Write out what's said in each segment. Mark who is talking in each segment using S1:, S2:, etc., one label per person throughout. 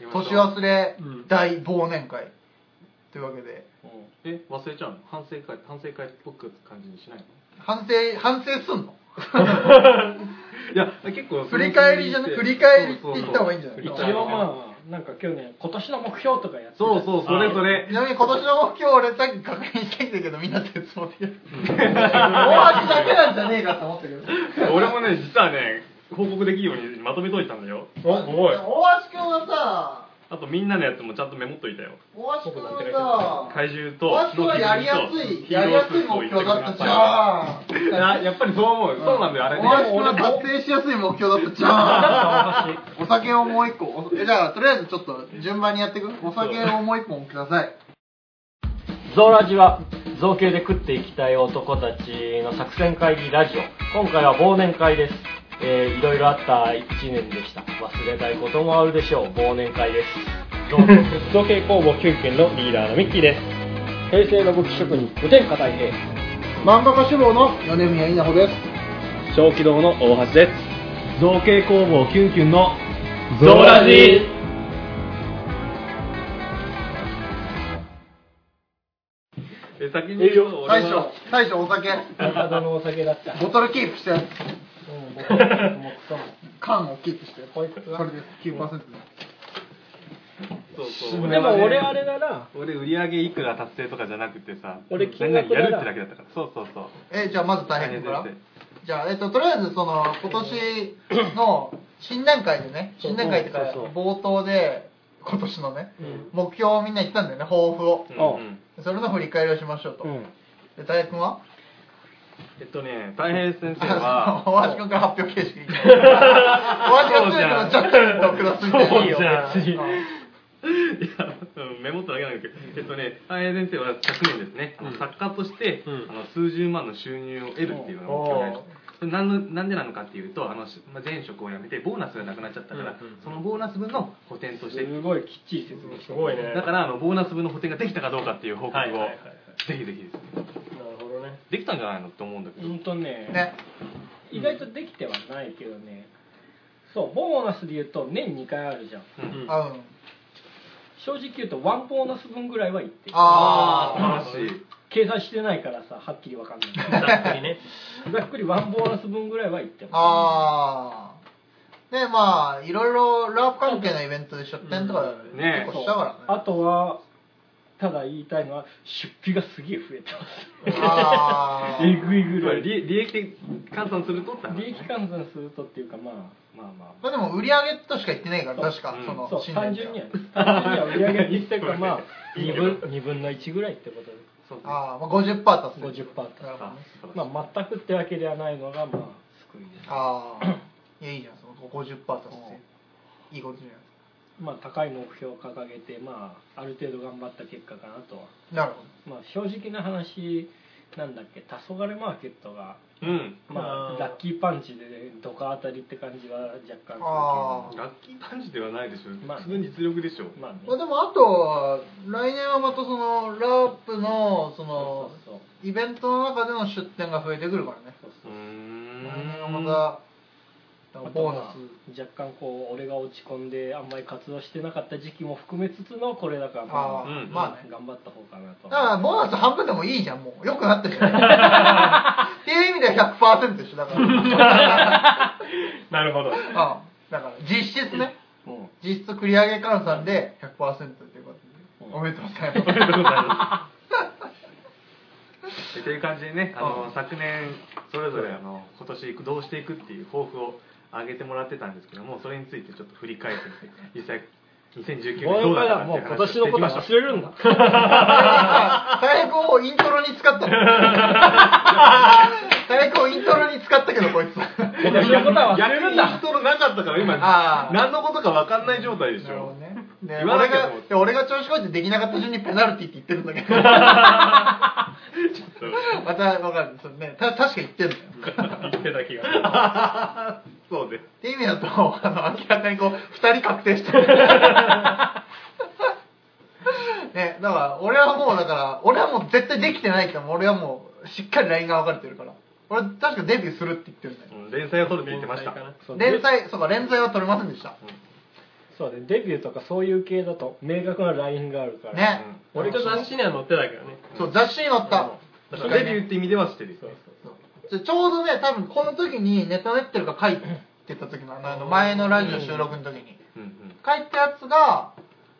S1: 年忘れ
S2: うん
S1: 大忘年会というわけで
S2: うんえ忘れちゃうの反省会反省会っぽく感じにし ないの
S1: 反省反省すんの
S2: いや結構
S1: 振り返りじゃな振り返りって言った方がいいんじゃない
S2: そう
S3: 一
S2: そうそう
S3: 応まあなんか去年今年の目標とかやってた
S2: そうそうそれそれ
S1: ちなみに今年の目標俺さっき確認してきたけどみんな絶望的だ大橋だけなんじゃねえかと思ったけど
S4: 俺もね実はね報告できるようにまとめといたんだよ
S3: おお
S1: 大
S3: い
S1: 橋君はさ
S4: あとみんなのやつもちゃんとメモっといたよ
S1: 大橋君はさ
S4: 怪獣と
S1: 大橋君はやりやすいやりやすい目標だったじ
S4: ゃん
S1: ゃん
S2: あやっぱりそう思うそうなんだよあれ
S1: 大橋
S2: ね
S1: 君は達成しやすい目標だったじゃ んお酒をもう一個おえじゃあとりあえずちょっと順番にやっていくお酒をもう一本ください
S5: ゾウラジは造形で食っていきたい男たちの作戦会議ラジオ今回は忘年会ですえーいろいろあった1年でした忘れたいこともあるでしょう忘年会ですどうぞ
S3: 造形工房キュンキュンのリーダーのミッキーです平成の武器職人無天下太平
S1: 漫画家志望の米宮稲穂です
S3: 小気道の大橋です造形工房キュンキュンの
S5: ゾウラジ
S4: え先に言うと俺
S1: 大将
S4: は
S1: 大将お酒
S3: 体のお酒だ った
S1: ボトルキープして
S3: うん僕はもうクソも
S1: 缶をキープしてこ
S3: こ
S1: れ
S3: い
S1: で
S3: つ
S1: す
S3: は
S1: 9%で
S4: そうそう俺
S3: で
S4: は
S3: も
S4: ね
S3: 俺あれだな
S4: 俺売り上げいくら達成とかじゃなくてさ
S3: 俺金額だな
S4: 何々やるってだけだったからそうそうそう
S1: えじゃあまず大変から
S4: 大変
S1: じゃあ、えっと、とりあえずその今年の新年会でね
S3: そう
S1: 新年会とか
S3: そうそう
S1: 冒頭で今年のね
S3: うん
S1: 目標をみんな言ったんだよね抱負を
S4: うんうん
S1: それの振り返りをしましょうと、
S3: うん
S1: で大君は
S4: えっとね太平先生
S1: あ
S4: は
S1: 大橋君から発表形式大橋君強いからちょっと言って下すみたいな
S4: そうじゃん
S1: いいよ
S4: いや、うんメモっただけなんだけど、えっとね、あや先生は昨年ですね、あの作家として、
S3: うん
S4: あの数十万の収入を得るっていうのが目標で
S1: おー
S4: それなんのなんでなのかっていうと、あのしまあ前職を辞めて、ボーナスがなくなっちゃったから、
S3: うんうんうん
S4: そのボーナス分の補填として、
S3: すごいきっちり説明してすごいね
S4: だからあのボーナス分の補填ができたかどうかっていう報告を、
S3: はいはいはいはい
S4: ぜひぜひですね、
S3: なるほどね
S4: できたんじゃないのって思うんだけど、
S3: うんとね
S1: ね
S3: 意外とできてはないけどねそうボーナスで言うと年2回あるじゃん
S4: うん
S1: あうん
S3: 正直言うとワンボーナス分ぐらいはいってる
S1: あ
S4: 素晴らしい。
S3: 計算してないからさはっきりわかんない
S5: ざっく りね
S3: ざっくりワンボーナス分ぐらいはいって
S1: ー
S3: る
S1: あーでまあいろいろラープ関係のイベントで出店とか
S4: うんね
S1: 結構したからね、
S3: あとはただ言いたいのは出費がすげえ増えてま
S1: あ
S3: す
S1: ー
S3: えぐいぐ
S4: つま
S3: ら
S4: り
S3: い
S4: 利
S3: 利
S4: 利益的換算するとって話
S3: 益換算するとっていうかまあ
S4: まあま
S1: まあでも売り上げとしか言ってないから確か、
S4: うん
S1: その
S3: そう
S1: 新
S3: 単
S1: 年
S3: 純には
S1: 会
S3: ね単純には売り上げができてる からまあ
S4: いいけ
S3: 2
S4: ど
S3: 分二分の1ぐらいってことで
S4: あ、そうそう。
S1: ああ、まあ、50%達成
S3: 50%達成
S1: なるほど
S4: あ
S1: ね
S4: 素晴らしい
S3: まあ全くってわけではないのがまあ救いです
S1: ああいやいいじゃんその50%達成いいことじゃないです
S3: まあ高い目標を掲げてまあある程度頑張った結果かなとは
S1: かなるほど
S3: まあ正直な話なんだっけ黄昏マーケットが
S4: うん。
S3: ま
S5: あ
S3: あ
S5: ー
S3: ラッキーパンチでドカ当たりって感じは若干するけど
S1: あー
S4: ラッキーパンチではないでしょ、
S3: まあ
S4: 普通に実力でしょ、
S3: まあね
S1: まあ、でもあとは来年はまたそのラープのその
S3: そうそう
S1: イベントの中での出店が増えてくるからね
S3: そう
S4: う
S3: そう
S4: ーん
S1: 来年はまた
S3: あと
S1: ボーナ
S3: まあ
S1: ス
S3: 若干こう俺が落ち込んであんまり活動してなかった時期も含めつつのこれだからま
S1: ああ、
S4: うんうん
S1: まあね
S3: 頑張った方かなと
S1: だからボーナス半分でもいいじゃんもうよくなってるじゃんっていう意味では100%でしょだから
S3: なるほど
S1: ああだから実質ね
S3: うん
S1: 実質繰り上げ換算で100%ということでおめでとうございます
S4: という感じでねあの、
S1: うん
S4: 昨年それぞれあの今年どうしていくっていう抱負を上げてもらってたんですけどもそれについてちょっと振り返ってみて実際2019年どうだったかって
S5: もう
S4: いう
S5: 今
S4: 話を
S5: 年
S4: して
S5: の
S4: い
S5: こ
S4: き
S5: と
S4: ましょう
S5: は忘れるんだ
S1: 大学をイントロに使ったの大学をイントロに使ったけどこいつ
S3: 今年のことは忘れるん
S4: や
S3: だ
S4: る人のなかったから今
S1: あー
S4: 何のことか分かんない状態でし
S1: なるほ
S4: ょ
S1: どねで
S4: 言わな
S1: 俺
S4: きゃと
S1: が
S4: 思って
S1: で俺が調子こいてできなかった順にペナルティって言ってるんだけどまた分かるそうねた確か言ってるんだよ
S3: 言ってた気が
S4: そうです
S1: っていう意味だと あの明らかにこう2人確定し てるねだから俺はもうだから俺はもう絶対できてないからもう俺はもうしっかりラインが分かれてるから俺確かデビューするって言ってるんだよ
S4: うん連載を取るって言ってました
S1: 連載そうか連載は取れませんでした
S3: そうねデビューとかそういう系だと明確なラインがあるから
S1: ね
S6: 俺が雑誌には載ってたけどね
S1: そう雑誌に載った
S4: だからデビューって意味では知ってる
S3: そう
S1: ちょちょうどね多分この時にネタ練ってるか書いてた時のあの前のラジオ収録の時に
S4: うんうん
S1: 書いたやつが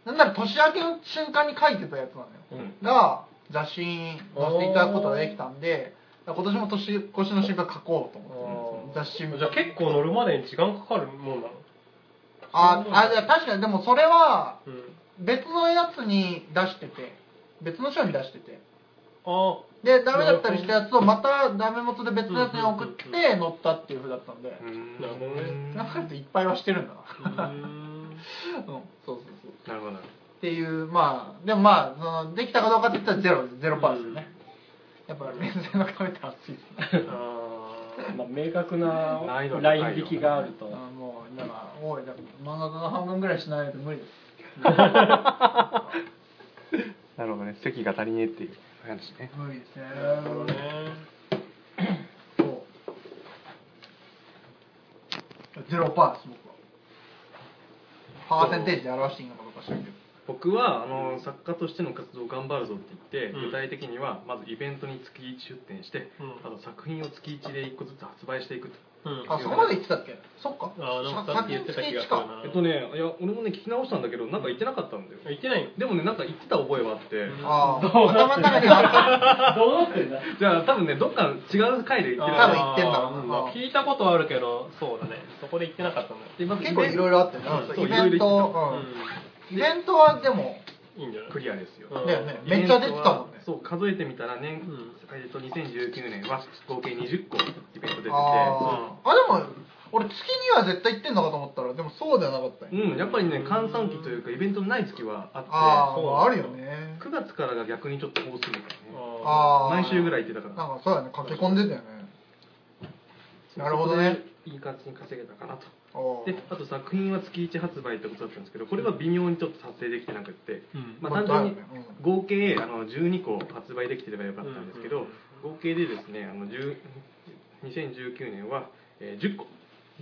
S1: なんなら年明けの瞬間に書いてたやつなのよ
S4: うん
S1: が雑誌に載せていただくことができたんで今年も年越しの瞬間書こうと思って雑誌も
S6: じゃあ結構乗るまでに時間かかるもんなの
S1: ああじゃあ確かにでもそれは
S6: うん
S1: 別のやつに出してて別の賞に出してて
S6: あ
S1: でダメだったりしたやつをまたダメ元で別のやつに送って
S6: うん
S1: 乗ったっていう風だったんで
S4: うん
S6: なるほどね
S1: なんかいっぱいはしてるんだなうんそうそうそう
S4: なるほどなる
S1: っていうまあでもまあそのできたかどうかって言ったらゼロゼロパーですよね、やっぱ連戦の壁って熱いですね
S3: まあ、明確な
S4: 難易度が高
S3: ラ
S4: いよ
S3: イン引きがあると、
S1: あもうだから多いだから漫画家の半分ぐらいしないと無理です
S4: なるほどね席が足りねえっていう話ね
S1: 無理ですね
S6: なるほどね
S1: そうゼロパーです僕はパーセンテージで表していいのかどうか知らんけど
S4: 僕はあの作家としての活動を頑張るぞって言って、
S6: うん
S4: 具体的にはまずイベントに月1出展して、
S6: うん
S4: あと作品を月1で1個ずつ発売していくと、
S6: うん
S1: あそこまで言ってたっけそっか
S6: あなんかさっき言ってた気がする
S1: さ
S6: な
S4: えっとねいや俺もね聞き直したんだけどなんか言ってなかったんだよ、
S6: 言ってない
S4: でもねなんか言ってた覚えはあって、
S6: ん
S1: ああ頭の中にはあっ
S3: どうなってんだ
S4: じゃあ多分ねどっか違う回で言ってる
S1: 多分言ってんだろうな
S6: あー聞いたことはあるけどそうだねそこで言ってなかったんだ
S4: でま
S1: た
S4: ず
S1: 結構いろいろあったよな、
S4: うん
S1: そうイ
S4: そう
S1: ベン
S4: いろいろ言ってた
S1: ト、
S6: う
S1: うん、イベントはでも
S6: んいいんじゃない
S4: クリアですよ、
S6: うん
S1: だよねめっちゃ出てたもんね
S4: そう数えてみたら年、
S6: ん
S4: えっと2019年は合計20個イベント出てて
S1: あーあでも俺月には絶対行ってんのかと思ったらでもそうではなかったよ、
S4: うんやっぱりね閑散期というかイベントのない月はあって
S1: ああ
S6: そう
S1: まああるよね
S4: 9月からが逆にちょっと多すぎたね
S6: あ
S1: ああ
S4: 毎週ぐら
S1: い
S4: い行ってた
S1: なん
S4: か
S1: かそうだね駆け込んでたよね
S4: ら
S1: なるほどね
S4: いい感じに稼げたかなと
S1: お
S4: であと作品は月1発売ってことだったんですけどこれは微妙にちょっと達成できてなくって、
S6: うん
S4: まあ、単純に
S1: まあだよね
S4: 合計あの12個発売できてればよかったんですけ
S6: うん
S4: ど
S6: うん
S4: 合計でですねあの10 2019年は、えー10個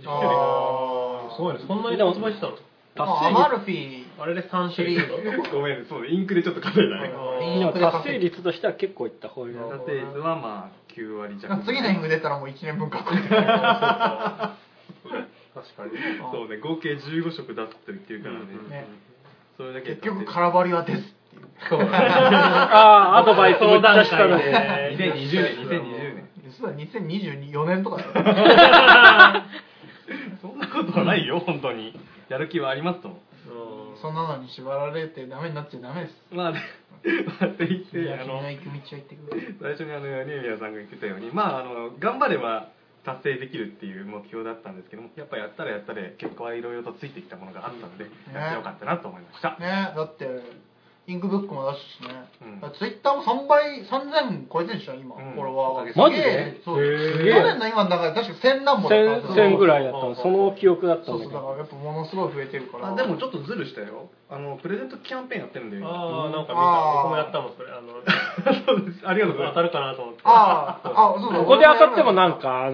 S1: あー
S6: すごいねそんなに発売してたの
S1: まあアマルフィ
S6: あれで3種類
S1: シリ
S4: ごめんそうインクでちょっと稼いだね
S1: ー
S5: でも達成率としては結構いった方が
S4: ダテイズはまあ9割弱
S1: 次のイング出たらもう1年分確保
S6: 確かに
S4: そうね合計15色出すと言ってるからね,、
S6: うん
S1: ね
S4: それだけ
S1: 結局空張りはですっていう
S5: ああ アドバイスめっちゃ したの
S6: 相談会で
S4: 2020年2020年
S1: 実は2024年とかだよ
S4: そんなことはないよ本当にやる気はありますとも
S1: そんなのに縛られてダメになっちゃダメです
S4: まあねまあって言ってあ
S1: 君
S4: の
S1: の行く道は行ってくれ
S4: 最初にあの二宮さんが言ってたようにまああの頑張れば達成できるっていう目標だったんですけどもやっぱやったらやったで結果はいろいろとついてきたものがあったので、やってよかったなと思いました、
S1: ねだってインクブックも出したしね、
S4: うん
S1: ツイッターも3倍3000超えてるでしょ今、
S4: うん
S1: フォロワーが
S5: マジで
S1: そう
S6: へ
S1: 去
S6: ー
S1: 年の今の中で確か1000何本だった
S5: 1000 1000ぐ
S1: い
S5: らいだったのその記憶だった
S1: そ
S5: ん
S1: う
S5: だ
S1: そう
S5: け
S1: だか
S5: ど
S1: らやっぱものすごい増えてるから
S4: あでもちょっとズルしたよあのプレゼントキャンペーンやってるんで今
S6: ああなんか見た
S1: あー
S6: 僕もやったもんそれあの
S4: そうですありがとうございま
S6: 当た
S4: す
S6: るかなと思って
S1: あーあそうそう
S5: ここで当たってもなんかな ん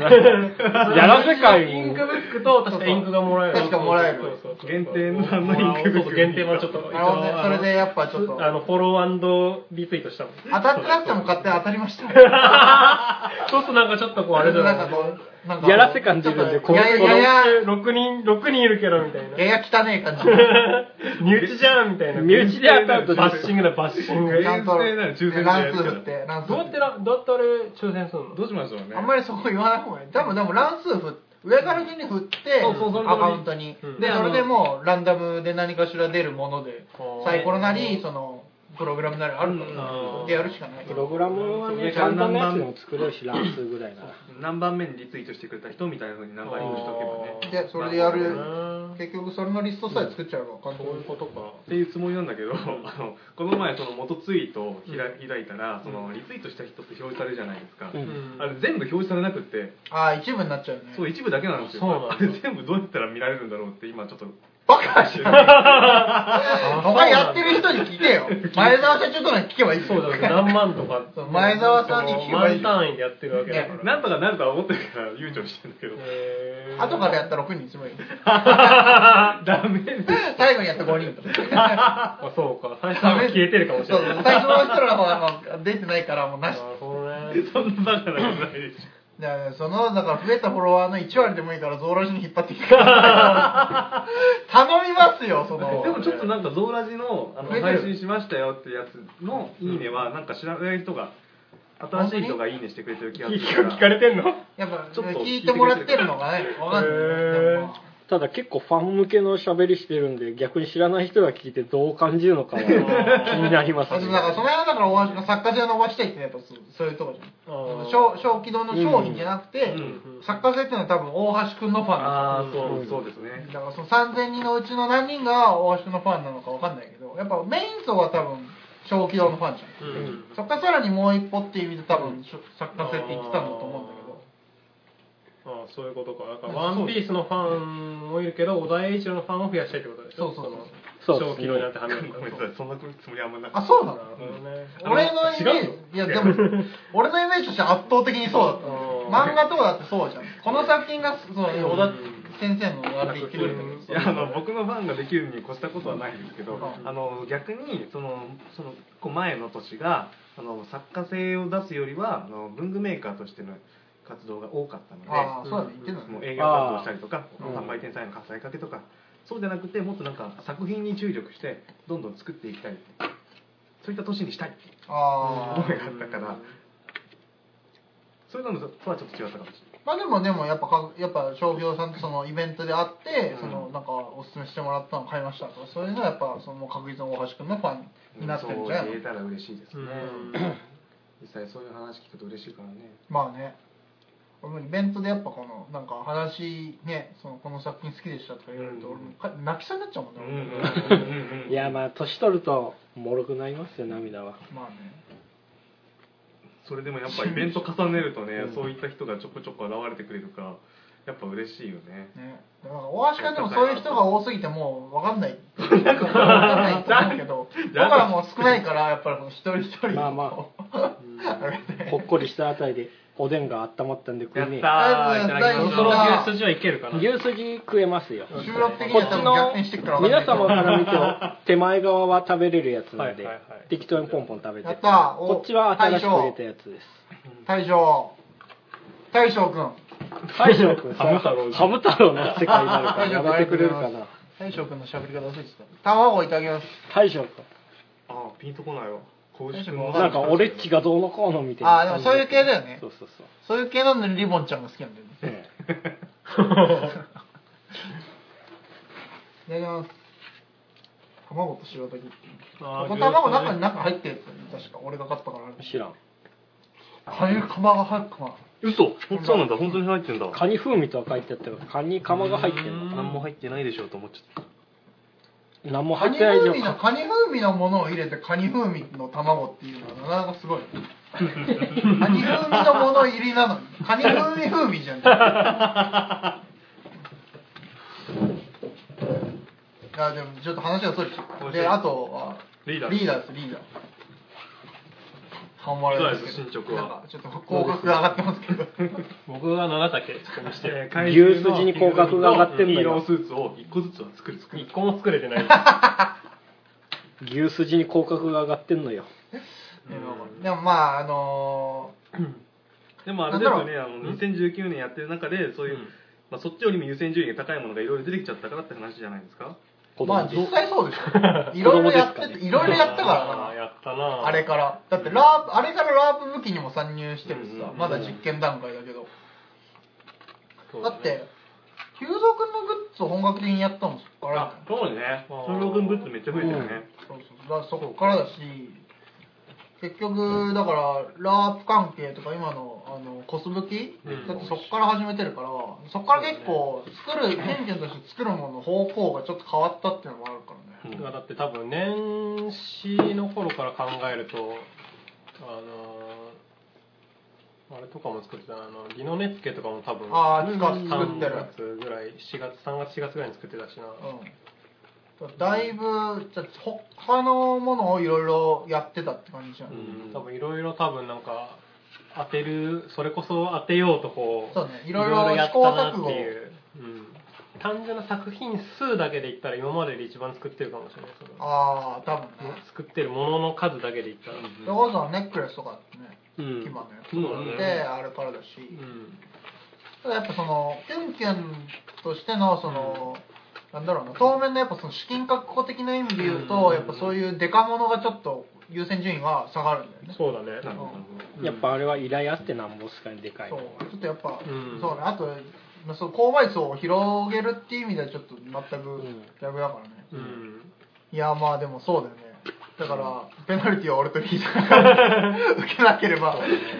S5: かやらせ会
S6: インクブックと確かインクがもらえる
S1: 確かもらえる
S6: そうそうそう
S4: 限定版のインクブック
S6: そうそう限定版ちょっと
S1: なるほどねそれでやっぱちょっと
S6: あのフォローリツイートしたもん
S1: 当たってなくても勝手に当たり ましたね
S6: そうするとなんかちょっとこうあれだ
S1: なん
S6: な
S1: かこうなんか
S5: やらせ感じるんで
S1: ちょっといやい
S6: この
S1: やいやい
S6: 6人6人いるけどみたいな
S1: やいや汚ねえ感じ
S6: 身内じゃんみたいな
S5: 身内で当たると
S6: バッシングだバッシング
S4: え
S1: ちゃんと
S4: 冷静なら抽選でや
S1: 乱
S4: るか
S1: 数
S4: ら
S1: 振って乱数
S6: ど
S1: 振
S6: うやってなどうやってあれ抽選するの
S4: どうしましょうね
S1: あんまりそこ言わない方がいい。多分でも乱数振っ上から順に振って、
S4: そうそうそれで
S1: アカウントに。
S6: うん
S1: で、
S4: で
S1: それ
S4: あ
S1: で
S4: の
S1: もうランダムで何かしら出るもので
S6: ほ、う
S1: サイコロなり、その、プログラムなりあるか
S6: う
S1: ら、
S6: ん
S1: でやるしかない。
S5: プログラムはね
S4: ね
S5: 簡単なやつでも作れるし乱数ぐらいなら
S4: 何番目にリツイートしてくれた人みたいなふうにナンバリングしておけばね
S6: あー
S1: で、それでや
S6: なる
S1: る
S6: ほど。ね
S1: 結局それのリストさえ作っちゃえば簡
S6: そ
S1: 単
S6: ういうことか
S4: っていうつもりなんだけど、あのこの前その元ツイートを開開いたら、そのリツイートした人って表示されるじゃないですか、
S5: うん
S4: あれ全部表示されなくって
S1: ああ、一部になっちゃうね。
S4: そう一部だけなんですよ
S6: そうなんだ
S4: あれ全部どうやったら見られるんだろうって今ちょっと
S1: バカじゃ ん。他やってる人に聞いてよ。前澤社長とかに聞けばいい
S6: そうだよね何万とか
S1: そう前澤さんに聞けばいい
S6: 万単位でやってるわけだから
S4: なんとかなるとは思ってるから悠長してんだけど、
S6: へー
S1: 後からやったら6人すごい。
S4: ダメです
S1: 最後にやった5人。
S6: あそうか最初は消えてるかもしれない
S1: そう最初の人らはまあ出てないからもうなし。
S6: なるほどね
S4: そんなバカなことないでし
S1: じゃあそのだから増えたフォロワーの1割でもいいからゾーラジに引っ張ってきてください頼みますよその
S4: ょでもちょっとなんかゾーラジのあの
S1: 増えてる
S4: 配信しましたよってやつの「いいね」はなんか知らない人が新しい人が「いいね」してくれてる気がするから
S6: 聞かれてんの
S1: やっぱ
S4: ちょっと
S1: 聞いてもらってるのがねわかんない
S6: へー
S1: でも
S5: ただ結構ファン向けの喋りしてるんで逆に知らない人が聞いてどう感じるの かは気になります
S1: あでもだからその辺はだから大橋の作家性を伸ばしたいってねやっぱそうそういうとこじゃん
S6: あー
S1: 小小規模の商品じゃなくて、
S4: うん
S1: 作家性っていうのは多分大橋くんのファンなん
S4: ああそうそうですね
S1: ですよだからその3000人のうちの何人が大橋くんのファンなのかわかんないけどやっぱメイン層は多分小規模のファンじゃん
S6: うん
S1: そこからさらにもう一歩っていう意味で多分作家性って言ってたんだと思うんだけど
S6: ああそういうことかだからワンピースのファンもいるけど小田栄一郎のファンを増やしたいってことでし
S1: そ
S6: ょ
S1: うそうそう
S5: そう
S6: その小規模になってはめる
S4: ごめんなさいそんなつもりあんまな
S1: あ
S4: かっ
S1: そうな
S6: なる
S1: の
S6: ほどね
S1: 俺のイメー
S6: 違う
S1: ジいやでも俺のイメージとしては圧倒的にそうだった
S6: うん
S1: 漫画とかだってそうじゃんこの作品がそう小田先生のあれで言ってくれたけど
S4: たいやあの僕のファンができるに越したことはないですけど、
S1: うん
S4: あの逆にそのその一個前の年があの作家性を出すよりはあの文具メーカーとしての活動が多かったので
S1: ああそうだね言ってた
S4: もう
S1: ね
S4: 営業担当したりとか
S5: あーうん
S4: 販売店さんへの活性化けとかそうじゃなくてもっとなんか作品に注力してどんどん作っていきたいそういった年にしたいっていう
S1: あ
S4: 思
S1: あ
S4: いがあったからそういうのとはちょっと違ったかもし
S1: まあでもでもやっぱかやっぱ商業さんとそのイベントで会って
S4: うん
S1: そのなんかおすすめしてもらったの買いましたとかそういうのはやっぱそのもう確実に大橋くんのファン
S4: れ
S1: にな
S4: ない
S1: ってるんじゃな
S4: そ
S1: い
S4: う
S1: の
S4: 言えたら嬉しいです
S6: う
S4: ね
S6: ん
S4: 実際そういう話聞くと嬉しいからね
S1: まあね俺もイベントでやっぱこのなんか話ねそのこの作品好きでしたとか言われると
S4: うん
S1: 俺もか泣きそうになっちゃうもんね、俺も
S5: いやまあ年取ると脆くなりますよ涙は
S1: まあね
S4: それでもやっぱイベント重ねるとねそういった人がちょこちょこ現れてくれるからやっぱ嬉しいよね
S1: ねだから大橋君でもそういう人が多すぎてもう分かん ない分かんないと思うけど僕はもう少ないからやっぱりこの一人一人
S5: まあま ほっこりしたあたりでおでんが温まったんで食
S4: や
S5: え
S4: っ
S5: ねえ
S4: たーいただき
S6: そ
S4: ま
S6: ろ
S4: す
S6: そろ牛筋はいけるかな
S5: 牛すじ食えますよ
S1: 収録的に
S5: こ
S1: は
S5: っ
S1: 多
S5: ち
S1: 分逆
S5: の
S1: 転してくから分かん
S5: 皆
S1: ないけど
S5: 様から見ても 手前側は食べれるやつなんで、
S6: はいはいはい
S5: 適当にポンポン食べて
S1: やったーお
S5: こっちは新しく入れたやつです
S1: 大将大将君
S5: 大将君さ
S6: ハム太郎
S5: ハム太郎の世界になるからやめてくれるかな
S1: 大将君の喋り方忘れてた卵いただきます
S5: 大将君
S4: あーピンとこないわ公式
S1: 大丈
S4: の
S1: 夫
S5: なんか俺っちがどうのこうのみたいな
S1: あーでもそういう系だよね
S5: そうそうそう
S1: そういう系なのにリボンちゃんが好きなんだよね
S5: え
S1: いただきます卵と塩だけ
S6: あー
S1: この卵中に中入ってるやつだよね確か俺が買ったからあれ
S5: え知らん
S1: ああいう釜が入る釜
S4: 嘘そうなんだ本当に入ってんだ
S5: カニ風味とは書いてあったけどカニ釜が入ってんの
S4: 何も入ってないでしょうと思っちゃっ
S5: 何も入
S1: カ
S5: っ
S1: ニ
S5: てないじ
S1: 風
S5: ゃん
S1: 味のカニ風味のものを入れてカニ風味の卵っていうのはなかなかすごい カニ風味のもの入りなのにカニ風味風味じ ゃんいやでもちょっと話がそれちゃったであとは
S4: リーダー
S1: リーダーですリーダー半割れです
S4: どう
S1: けど
S4: です進捗は
S1: なんかちょっと広角が上がってま すけど
S6: 僕は長竹ちょっと見 して
S4: えー怪獣
S5: 牛
S4: の
S5: すじに広角が上がってん
S4: ヒ
S5: だ
S4: ーロ
S5: よ
S4: ースーツを一個ずつは作る作る
S6: 一個も作れてない
S5: 牛すじに広角が上がってんのよ
S1: でもまああの
S4: でもあれですよね
S1: な
S4: あの2019年やってる中でそういう、まあ、そっちよりも優先順位が高いものがいろいろ出てきちゃったからって話じゃないですか
S5: 子供
S1: まあ
S5: です
S1: 実 際そうでしょいろいろやって
S5: 子供ですか
S1: ていろいろやったからな
S6: あーやったな
S1: あれから。だってラープ、あれからラープ武器にも参入してるし
S4: うんうん
S1: さ
S4: う、ん
S1: まだ実験段階だけど。
S6: そう
S1: だ
S6: だ
S1: っ
S6: ね
S1: て、久蔵君のグッズを本格的にやったのそっからだよ。
S4: そうね
S6: あー
S4: その分グッズめっちゃ増えてるね、
S1: そうそう。だからそっからだし、結局、だから、ラープ関係とか今の、あの、コス武器、
S6: うん
S1: だってそっから始めてるから、そっから結構、作 る、変件として作るものの方向がちょっと変わったっていうのもあるからね。
S4: うん
S6: だって多分年始の頃から考えるとあのーあれとかも作ってたあのリノネツケとかも多分
S1: あー使っ
S6: 3
S1: 作ってる
S6: 月ぐらい4月3月4月ぐらいに作ってたしな、
S1: うん。だいぶじゃあ他のものをいろいろやってたって感じじゃん、
S6: うん多分いろいろ多分なんか当てるそれこそ当てようとこう
S1: そうねいろいろ
S6: や
S1: 試
S6: っ
S1: 行
S6: たな
S1: 錯
S6: っ
S1: 誤
S6: ていう、うん、単純な作品数だけで言ったら今までで一番作ってるかもしれないですね
S1: ああ多分ね
S6: 作ってるものの数だけで言ったら、
S1: それこそネックレスとかね
S6: うん
S1: 今のやつ
S6: そう
S1: も
S6: だね
S1: であれからだし、
S6: うん
S1: ただやっぱそのキュンキュンとしてのその、なんだろうな当面のやっぱその資金確保的な意味で言うと、
S6: うん
S1: やっぱそういうデカものがちょっと優先順位は下がるんだよね
S6: そうだね
S4: なるほど
S3: やっぱあれは依頼あってなんぼっすかにでかい
S1: そうちょっとやっぱ、
S6: うん
S1: そうねあとまあその購買層を広げるっていう意味ではちょっと全く
S3: ん
S1: 逆だからね、
S6: うん
S1: いやまあでもそうだよねだから、ペナルティは俺とヒーさんが受けなければい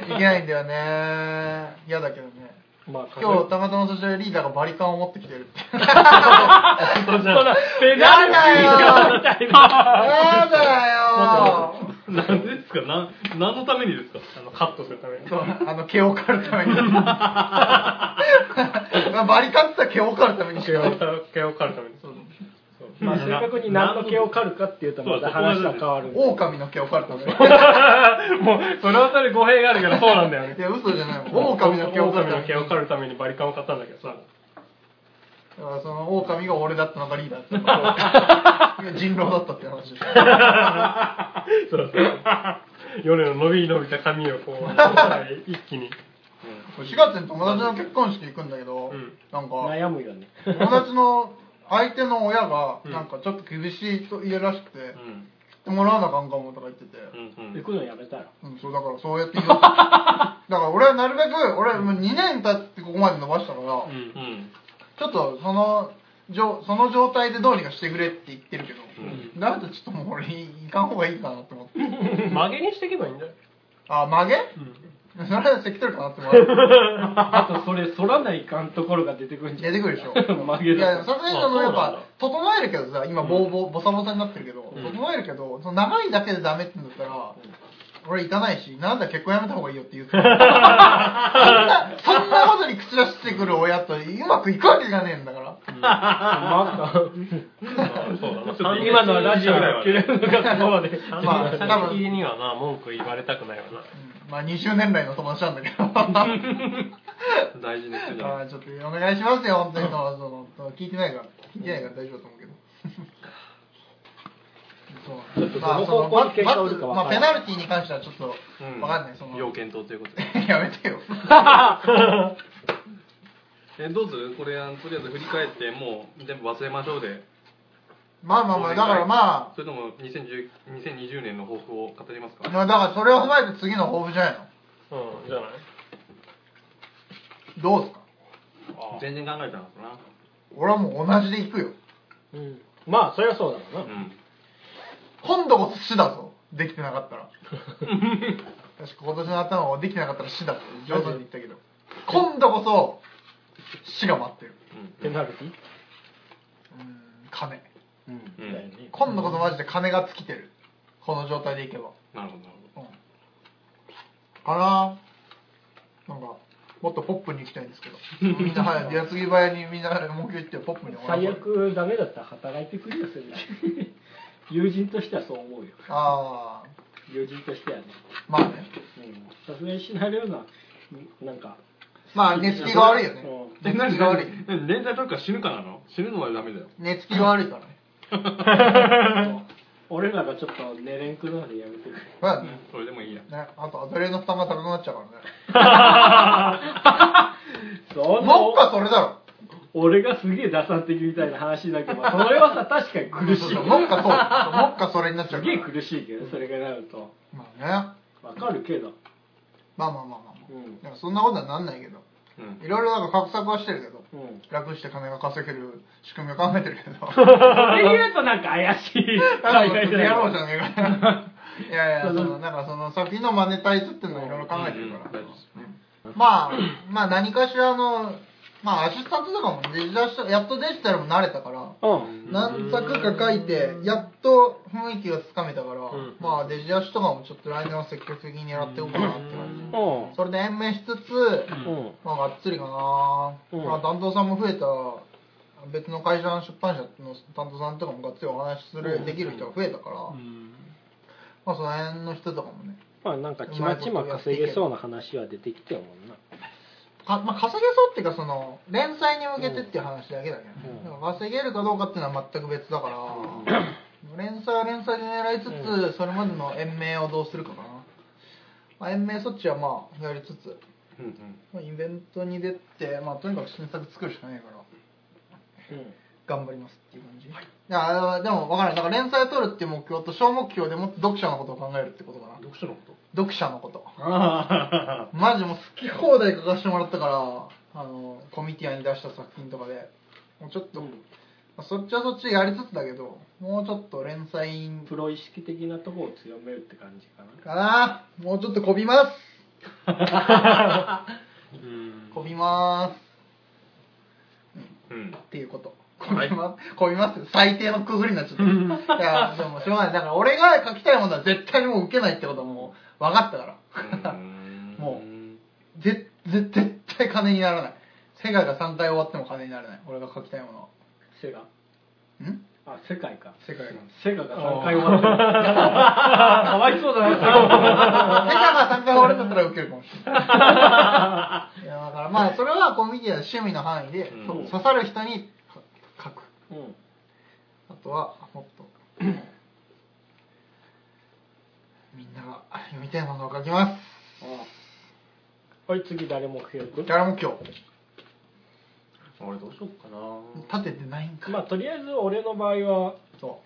S1: けないんだよね嫌だけどね
S3: まあ
S1: 今日たまたまそちらでリーダーがバリカンを持ってきてるって
S3: そんなペ
S1: やだよ
S3: ナルティーがみたいな
S1: やだよ
S4: なんでですかな何のためにですか
S6: あのカットするために
S1: そうあの毛を刈るためにバリカンって言ったら毛を刈るためにし
S6: 毛
S1: よ
S6: を
S1: う
S6: 毛を刈るためにそう
S3: まあ正確に何の毛を刈るかっていうとまた話が変わるんで
S1: 狼の毛を刈るために
S6: もうそれはそれ語弊があるからそうなんだよ
S1: い
S6: ね
S1: や嘘じゃないもん狼の毛を刈るため
S6: 狼の
S1: に
S6: 毛を刈るためにバリカンを買ったんだけどさ
S1: だからその狼が俺だったのがリーダーってこと人狼だったって話です
S6: そうそう夜の伸び伸びた髪をこう一気に
S1: 4月に友達の結婚式行くんだけど、
S6: うん
S1: なんか
S3: 悩むよね
S1: 友達の相手の親がなんかちょっと厳しいと言うらしくて、
S4: うん
S1: 来てもらわなあかんかもとか言ってて、
S4: うんう
S3: 行
S4: ん
S3: くのやめたら
S1: うん、そうだからそうやって言う だから俺はなるべく俺もう2年経ってここまで伸ばしたから、
S6: うん
S4: うん
S1: ちょっとそのじょその状態でどうにかしてくれって言ってるけど、なるとちょっともう俺いかん方がいいかなと思って
S6: 曲げにしていけばいいんだよ、
S1: あ曲げ、 それは関取かなって思われる
S3: あとそれ反らないかんところが出てくるんじゃ
S1: 出
S3: ん
S1: てくるで しょ
S3: 曲げる
S1: いやさすがにその
S6: あ
S1: やっ
S6: そうなんだ
S1: ぱ整えるけどさ今ボーボーボサボサになってるけど、整えるけどその長いだけでダメって言うんだったら、俺行かないしなんだ結婚やめた方がいいよって言う からそんなそんなことに口出してくる親とうまくいくわけがねえんだから
S3: あ
S4: そうだなちょっ
S3: ま
S4: と
S3: あ今のラジオが切れるのがこうで
S1: まあ多
S6: 最
S1: 分、
S6: 的にはな文句言われたくないわな
S1: うんまあ、20年来の友達なんだけど あ
S4: 大事ですよね
S1: ーちょっとお願いしますよ本当にそのその聞いてないから聞いてないから大丈夫だと思うけどそう
S3: ちょっとどの方向に結果を売るかわ
S1: まあ
S3: かん
S1: まあペ
S3: ない
S1: ナルティーに関してはちょっと
S4: うん
S1: わかんない、その
S4: 要検討ということで
S1: やめてよ。
S4: えどうするこれあのとりあえず振り返ってもう全部忘れましょうで
S1: まあまあまあ、だからま
S4: それとも2010 2020年の抱負を語ります
S1: あ、
S4: か
S1: まあだからそれを踏まえて次の抱負じゃない
S6: うんじゃない
S1: のどうですか
S4: 全然考えたのかな
S1: 俺はもう同じで行くよ。
S3: うんまあそりゃそうだろう
S4: う
S3: なん
S1: 今度こそ死だぞ。できてなかったら。確か今年の頭はできてなかったら死だぞ。上手に言ったけど。今度こそ死が待ってる。
S3: ペナルティ
S1: うーん、金。
S3: うん
S4: うん
S3: だよね
S1: 今度こそマジで金が尽きてる。この状態でいけば。
S4: なるほどなる
S1: うん。かななんか、もっとポップに行きたいんですけど。みんな早 く、矢継ぎ早にみんな文句言ってポップにお願い
S3: 最
S1: します
S3: 悪ダメだったら働いてくれよそれ 友人としてはそう思うよ
S1: ああ
S3: 友人としてはね
S1: まあね
S3: うんさすがに死なれるのはうんなん か
S1: まあ寝つきが悪いよね
S3: うん
S4: ほど
S1: 寝つきが悪い
S4: え連載とか死ぬかなの死ぬのはダメだよ
S1: 寝つきが悪いからね
S3: 俺らがちょっと寝れんくなるでやめてる
S1: まあね
S4: それでもいいや
S1: ねあとアドレナ負担が高くなっちゃうからね
S3: そ
S1: もっかそれだろ
S3: 俺がすげえ打算的みたいな話だけどそれはさ確かに苦しい
S1: そうそうもっかそうもっかそれになっちゃうか
S3: すげえ
S1: ら
S3: 苦しいけどそれがなると
S1: まあね
S3: わかるけど
S1: まあまあまあまあ
S3: うん
S1: なんかそんなことはなんないけど
S4: うん
S1: いろいろなんか画策はしてるけど
S3: うん
S1: 楽して金が稼げる仕組みを考えてるけど
S3: っていうとなんか怪しい
S1: なんか
S3: 海外じゃ
S1: やろうじ
S3: ない
S1: ゃねえかないやいやそのなんかその先のマネタイズっていうのをいろいろ考えてるから、
S4: うんうん大事です
S1: まあまあ何かしらのまあアシスタントとかもデジタルやっとデジタルも慣れたから
S3: うん
S1: 何作か書いてやっと雰囲気がつかめたから、まあデジ出しとかもちょっと来年は積極的にやっていこうかなって感じ、
S3: うん
S1: それで延命しつつ、
S3: うん
S1: まあがっつりかな、
S3: うん
S1: まあ担当さんも増えた別の会社の出版社の担当さんとかもがっつりお話しする、できる人が増えたから、
S6: うん
S1: まあその辺の人とかもね
S3: まあなんかちまちま稼げそうな話は出てきてもんな
S1: かまあ、稼げそうっていうかその連載に向けてっていう話だけだけどね、だから稼げるかどうかっていうのは全く別だから、連載は連載で狙いつつ、それまでの延命をどうするかかな、まあ、延命措置はまあやりつつ、
S4: うんうん
S1: まあ、イベントに出て、まあ、とにかく新作作るしかないから
S3: うん
S1: 頑張りますっていう感じ、いやあのでも分からないだから連載を取るっていう目標と小目標でもっと読者のことを考えるってことかな
S4: 読書のこと
S1: 読者のこと
S4: あ
S1: マジもう好き放題書かせてもらったからあのコミティアに出した作品とかでもうちょっと、まあそっちはそっちでやりつつだけどもうちょっと連載
S3: プロ意識的なところを強めるって感じかな
S1: かなもうちょっとこびます
S6: うん
S1: こびま
S4: あ
S1: す
S4: うん
S1: っていうことこびますこびます最低のくぐりになっちゃったいやでもしょうがないだから俺が書きたいものは絶対にもう受けないってことはもう分かったからもぜぜ絶対金にならない世界が3回終わっても金にならない俺が書きたいものは
S3: セガ
S1: ん
S3: あ世界か
S1: 世界 が
S3: セガが3回終わってるかわいそうだな
S1: メタが3回俺だったらウケるかもしれないいやだからまあそれはコミュニティアの趣味の範囲で、
S4: うん
S1: 刺さる人に書く
S3: うん
S1: あとはもっと みんなが読みたいものを書きます
S3: はい次誰も増える
S1: 誰も今日
S4: 俺どうしようかな
S1: 立ててないんか、
S3: まあとりあえず俺の場合は
S1: そ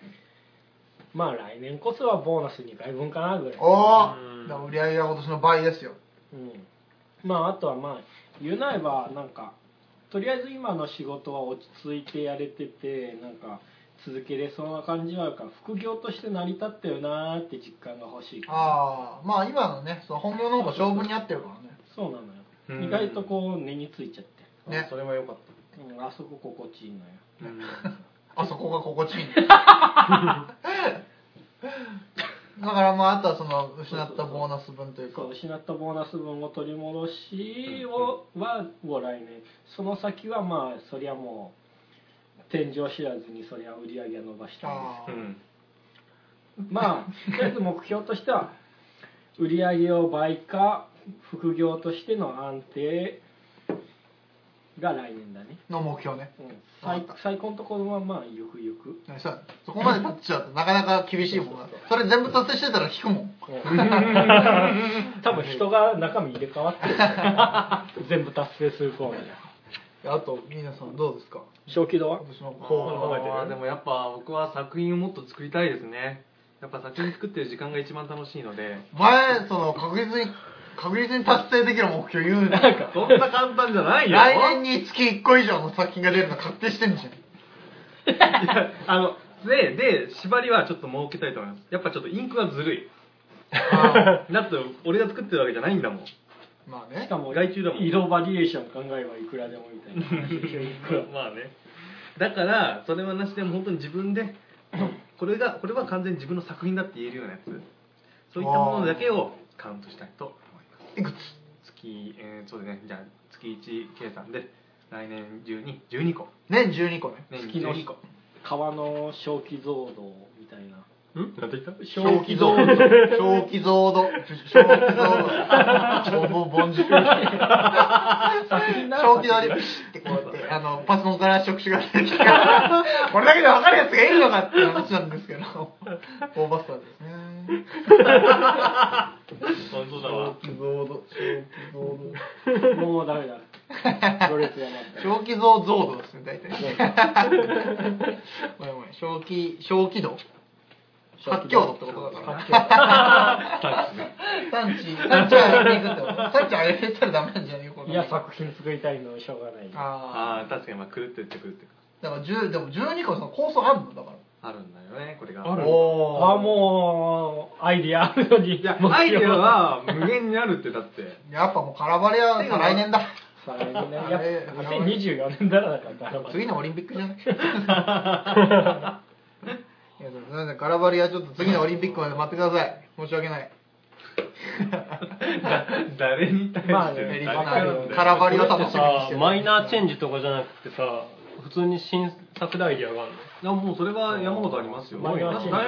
S1: う
S3: まあ来年こそはボーナス2回分かなぐらい
S1: おお
S6: うん
S1: だから売り上げは今年の倍ですよ
S3: うんまああとはまあ言うなればなんかとりあえず今の仕事は落ち着いてやれててなんか続けれそうな感じはあるから副業として成り立ったよなーって実感が欲しい
S1: ああまあ今のねその本業の方が勝負に合ってるからね
S3: そうなの
S4: う
S3: よ
S4: ん
S3: 意外とこう根についちゃって、
S1: ね
S4: それは良かっ
S3: うん、あそこ心地いいのよ
S4: たうん
S1: あそこが心地いいねだからまああとはその失ったボーナス分というか
S3: そう失ったボーナス分を取り戻しをはを来年その先はまあそりゃもう天井知らずにそりゃ売り上げは伸ばしたいです
S1: あー
S4: うん
S3: まあ、とりあえず目標としては、売り上げを倍化、副業としての安定が来年だね。
S1: の目標ね
S3: うん、最最高のところは、まあ、ゆくゆく。
S1: そうそこまで立っちゃうとなかなか厳しいもんだそれ全部達成してたら引くもん
S3: 多分人が中身入れ替わってるから、全部達成する頃に。
S1: あと皆さんどうですか
S3: 小規度は
S1: 今年の
S4: 考
S1: こ
S4: えてるでもやっぱ僕は作品をもっと作りたいですねやっぱ作品作ってる時間が一番楽しいので
S1: う前その確実に確実に達成できる目標言うね
S4: そんな簡単じゃないよ
S1: 来年に月1個以上の作品が出るの確定してん じゃん
S4: いやあのでで縛りはちょっと設けたいと思いますやっぱちょっとインクはずるい
S1: あ
S4: だって俺が作ってるわけじゃないんだもん
S1: ーまあね
S3: しかも、
S4: 外注だもん
S3: 色バリエーション考えればいくらでもみたいな。 いくら
S4: まあねだからそれはなしでも本当に自分 でこれがこれは完全に自分の作品だって言えるようなやつそういったものだけをカウントしたいと思いま
S1: いくつ
S4: す月、えー、そうだねじゃあ月1計算で来年中に12個
S1: 年12個ね
S4: 年
S3: 月の
S4: 12個
S3: 川の小規増動みたいな。
S6: うんなんて言った
S1: 小
S3: 小
S1: 気
S3: 規
S1: 増
S3: 増
S1: 度
S3: 動。
S1: 小気増度小気増度ぼぼんじゅ正気取りピシッてこうや ってあのパソコンから触手が出てきてこれだけで分かるやつがいるのかっていう話なんですけど 大バスターですね
S4: 本当だ
S1: 正気増度
S3: もうダメだ。 プロレスやなって。
S1: 正気増増度ですね大体 ごめんごめん正気正気度発狂度ってことだから産地産地上げていくってこと産地上げてたらダメなんじゃないよこ
S3: い
S1: れ
S3: や、作品作りたいのしょうがない。
S1: ああ
S4: ああ確かにまあ狂ってって狂ってく
S1: だから10でも12個その構想あるのだから
S4: あるんだよねこれが
S6: ある
S1: お
S3: あ、もう、アイディアあるのに。
S4: いやアイデアは無限にあるってだって
S1: やっぱもう空張りは再来年だ
S3: 再来年ね。
S1: あれ
S3: やっぱ2024年だらだから、
S1: 次のオリンピックじゃないいやでもすみません、ガラバリはちょっと次のオリンピックまで待ってください。申し訳ない。
S4: だ 誰に対して
S3: まあ
S1: メ
S3: ね
S1: リ
S4: 誰
S1: ー
S4: に
S1: バ
S3: わ
S1: ナ
S3: か
S1: ー
S3: る
S1: ガラバリを楽しみにして
S5: さ
S1: る
S5: マイナーチェンジとかじゃなくてさ
S6: 普通に新作でアイディアがあるの
S4: いやもうそれは山ほどありますよ
S3: まあ
S4: 大映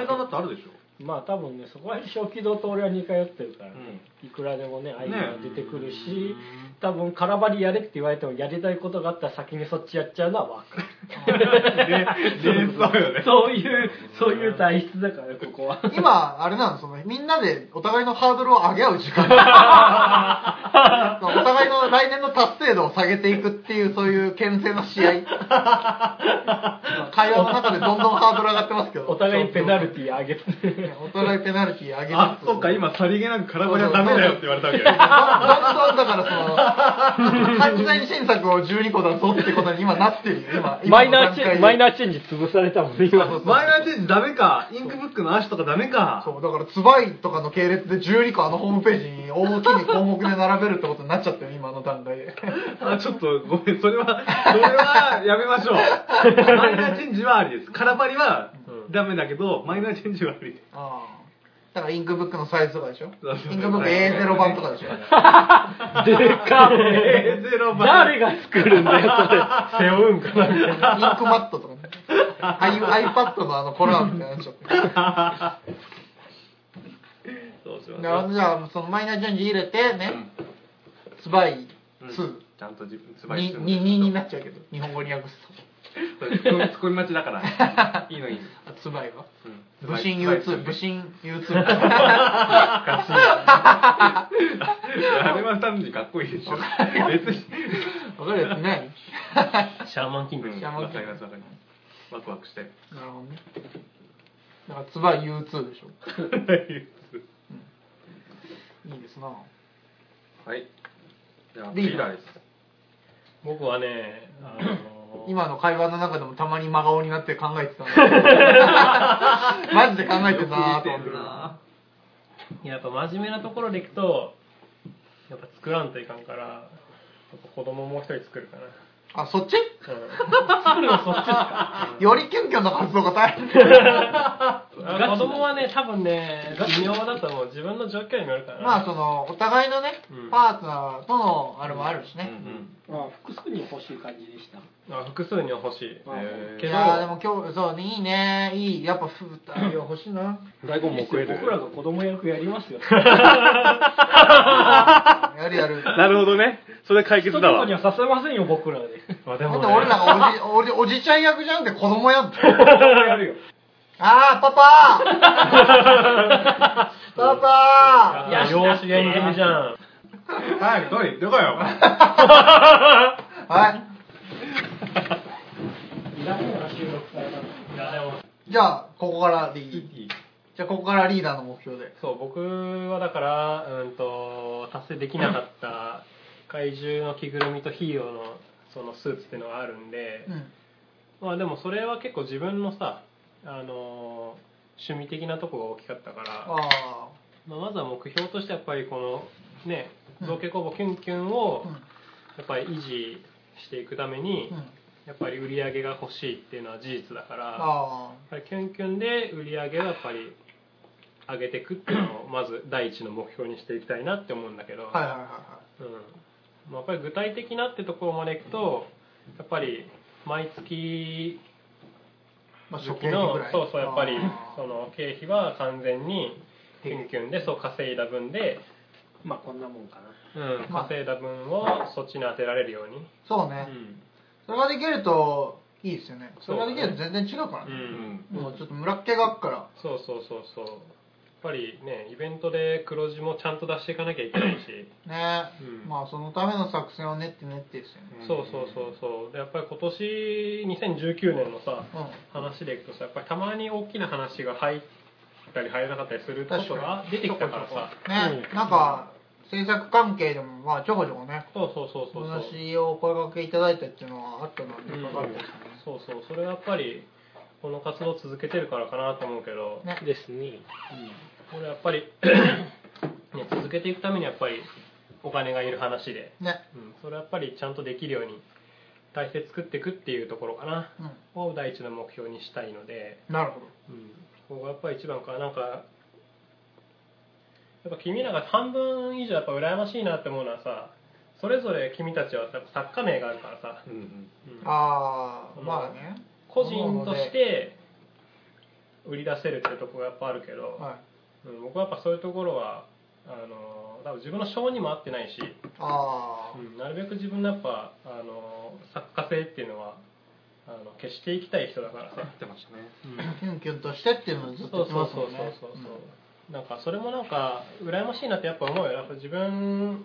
S4: 画だってあるでしょ
S3: まあ多分ねそこは小気道と俺は似通ってるからね、いくらでもねアイデアが出てくるし、多分空張りやれって言われてもやりたいことがあったら先にそっちやっちゃうのは分かる
S4: ね そうよね
S3: そういうそういう体質だからねこ こは
S1: 今、あれなの、その、みんなでお互いのハードルを上げ合う時間。お互いの来年の達成度を下げていくっていう、そういう牽制の試合。 会話の中でどんどんハードル上がってますけど。
S3: お互いペナルティー上げて
S1: お互いペナルティー上げ
S4: あ
S1: つつ
S4: そっか今さりげなく空張りはダメだよって言われたわけよ
S1: どんどんだからその、 犯罪新作を12個だぞってことに今なってるよ、今。今
S5: マイナーチェンジ、マイ
S1: ー
S5: ナーチェンジ潰されたもんね、今。
S4: マイナーチェンジダメかインクブックの足とかダメか
S1: そう、だから、ツバイとかの系列で12個あのホームページに大きに項目で並べるってことになっちゃったよ、今の段階で。
S4: あちょっとごめんそれはそれはやめましょうマイナーチェンジはありです空張りはダメだけどマイナーチェンジはありです
S1: ああ。だから、インクブックのサイズとかでしょ
S4: そうそう
S1: インクブック A0 版とかでしょ
S5: でかっ
S4: 0
S5: 誰が作るんだよ、
S6: 背負うんかなみたいな
S1: インクマットとかね。アイ iPad のあのコラーみたいになっちゃって。
S4: そうしま
S1: じゃあ、じゃあそのマイナーチェンジ入れてね、ツバイ
S4: うん
S1: 2。
S4: ちゃんと自分つばい
S1: にににになっちゃうけど日本語に訳す
S4: ツッコミ待ちだ からいいのいいの
S1: とあつばいは
S4: うん
S1: 武神 U2 武神 U2
S4: あれは単にかっこいいでしょ別に
S1: わかるやつない
S3: シャーマンキング
S4: うん
S1: 邪魔
S4: わかりますわかりますワクワクして
S1: なるほどねだからつばい U2 でしょいいですな
S4: はいじゃあ
S1: リ
S4: リ
S1: ー
S4: ー
S1: ダ
S4: ダ
S1: ー
S4: ー
S1: で
S4: ですす
S6: 僕はねあの
S1: 今の会話の中でもたまに真顔になって考えてたんだけ どマジで考えてんなーと思って
S6: やっぱ真面目なところでいくとやっぱ作らんといかんからやっぱ子供もう一人作るかな
S1: あそっち
S6: 作るのそっちですか
S1: よりキュンキュンの活動が大変
S6: 子供はね多分ね微妙だと思う自分の状況にもよるからな
S1: まあそのお互いのね
S6: うん
S1: パートナーとのあれもあるしね、
S3: まあ複数に欲しい感じでした
S6: あ複数には欲しい
S3: まあ
S6: け
S1: い
S6: ど
S1: やーでも今日そういいねいいやっぱふあいや欲しい な
S6: 大根も食える
S3: 僕らが子供役やります よ
S1: やるやる
S4: なるほどねそれ解
S3: 人とかにはさせませんよ 僕らで
S6: まあで
S1: だ
S6: も
S1: っ
S6: ね
S1: て俺らが おじおじおじちゃん役じゃんって子供やんって
S3: やるよ
S1: ああパ パーパパ
S6: いや養子縁組じゃん
S4: 早くトイレ行ってこいよお前
S1: ーはい
S3: いらないな収録されたの
S1: じゃあここからでいいじゃあここからリーダーの目標で
S6: そう僕はだからうんと達成できなかった怪獣の着ぐるみとヒーローのそのスーツっていうのがあるんで、
S1: うん
S6: まあでもそれは結構自分のさあのー趣味的なとこが大きかったから
S1: ああ
S6: まあ、まずは目標としてやっぱりこのね
S1: うん
S6: 造形工房キュンキュンを
S1: うん
S6: やっぱり維持していくために
S1: うん
S6: やっぱり売り上げが欲しいっていうのは事実だからやっ
S1: あ
S6: ぱりキュンキュンで売り上げをやっぱり上げていくっていうのをまず第一の目標にしていきたいなって思うんだけど、
S1: あはいはいはいは
S6: うんまあ、やっぱり具体的なってところまでいくとやっぱり毎月
S1: いまあ
S6: 初
S1: 初
S6: 期
S1: 見
S6: の
S1: ぐらい
S6: そうそうやっぱり
S1: あ
S6: その経費は完全にキュンキュンでそう稼いだ分で
S3: まあこんなもんかな
S6: うん、
S1: まあ
S6: 稼いだ分をそっちに当てられるように、
S1: ーそうねそれができるといいですよねそれができると全然違うから
S6: う
S1: ね
S6: ん
S1: もうちょっと村っ気があっから
S6: そうそうそうそうやっぱりねイベントで黒字もちゃんと出していかなきゃいけないし、
S1: ね、
S6: うん
S1: まあそのための作戦を練って練ってですよね
S6: そうそうそうそうでやっぱり今年2019年のさ
S1: うん
S6: 話でいくとさやっぱりたまに大きな話が入ったり入らなかったりすることが出てきたからさ
S1: ね、なんか制作関係でもまあちょこちょこね
S6: そうそうそう
S1: お
S6: そうそう
S1: 話をお声掛けいただいたっていうのはあったのでよかったです
S6: そうそうそれはやっぱりこの活動続けてるからかなと思うけど
S1: ね
S5: ですね。
S6: これやっぱり、ね、続けていくためにやっぱりお金がいる話で、
S1: ね
S6: うん、それはやっぱりちゃんとできるように体制作っていくっていうところかな、を第一の目標にしたいので、
S1: うんなるほど
S6: うん、ここがやっぱり一番かななんかやっぱ君らが半分以上やっぱ羨ましいなって思うのはさそれぞれ君たちはやっぱ作家名があるからさ、
S4: うんうん
S6: うん
S1: ああ
S6: うん
S1: まあね
S6: 個人として売り出せるっていうところがやっぱあるけど、
S1: はい
S6: うん、僕はやっぱそういうところはあの多分自分の性にも合ってないし、
S1: ああ
S6: うん、なるべく自分のやっぱあの作家性っていうのはあの消していきたい人だからさ、
S4: 言ってましたね
S1: キュンキュンとしてっていうのをず
S6: そ
S1: っ
S6: う
S1: と言
S6: そ
S1: っ
S6: う
S1: て
S6: そう
S1: ます
S6: そ
S1: も
S6: うん
S1: ね
S6: そうそうなんかそれもなんか羨ましいなってやっぱ思うよやっぱ自分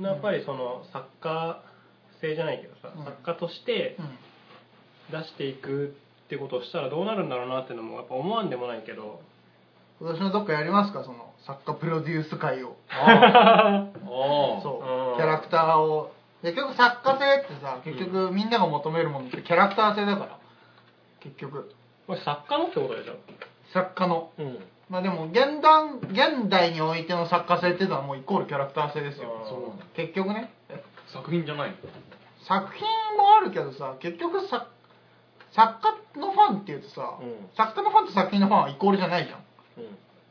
S6: のやっぱりその作家性じゃないけどさ、
S1: うん
S6: 作家として
S1: うん
S6: 出していくってことをしたらどうなるんだろうなっていうのもやっぱ思わんでもないけど
S1: 今年のどっかやりますかその作家プロデュース会を
S2: ああ
S1: そううんキャラクターを結局作家性ってさ結局みんなが求めるものってキャラクター性だから結局
S6: これ作家のってことでしょ
S1: 作家の
S5: うん
S1: まあでも現段現代においての作家性っていうのはもうイコールキャラクター性ですよ
S6: あーそうなんだ
S1: 結局ね
S2: 作品じゃないの
S1: 作品もあるけどさ結局さ作家のファンっていうとさ、
S5: うん
S1: 作家のファンと作品のファンはイコールじゃないじゃん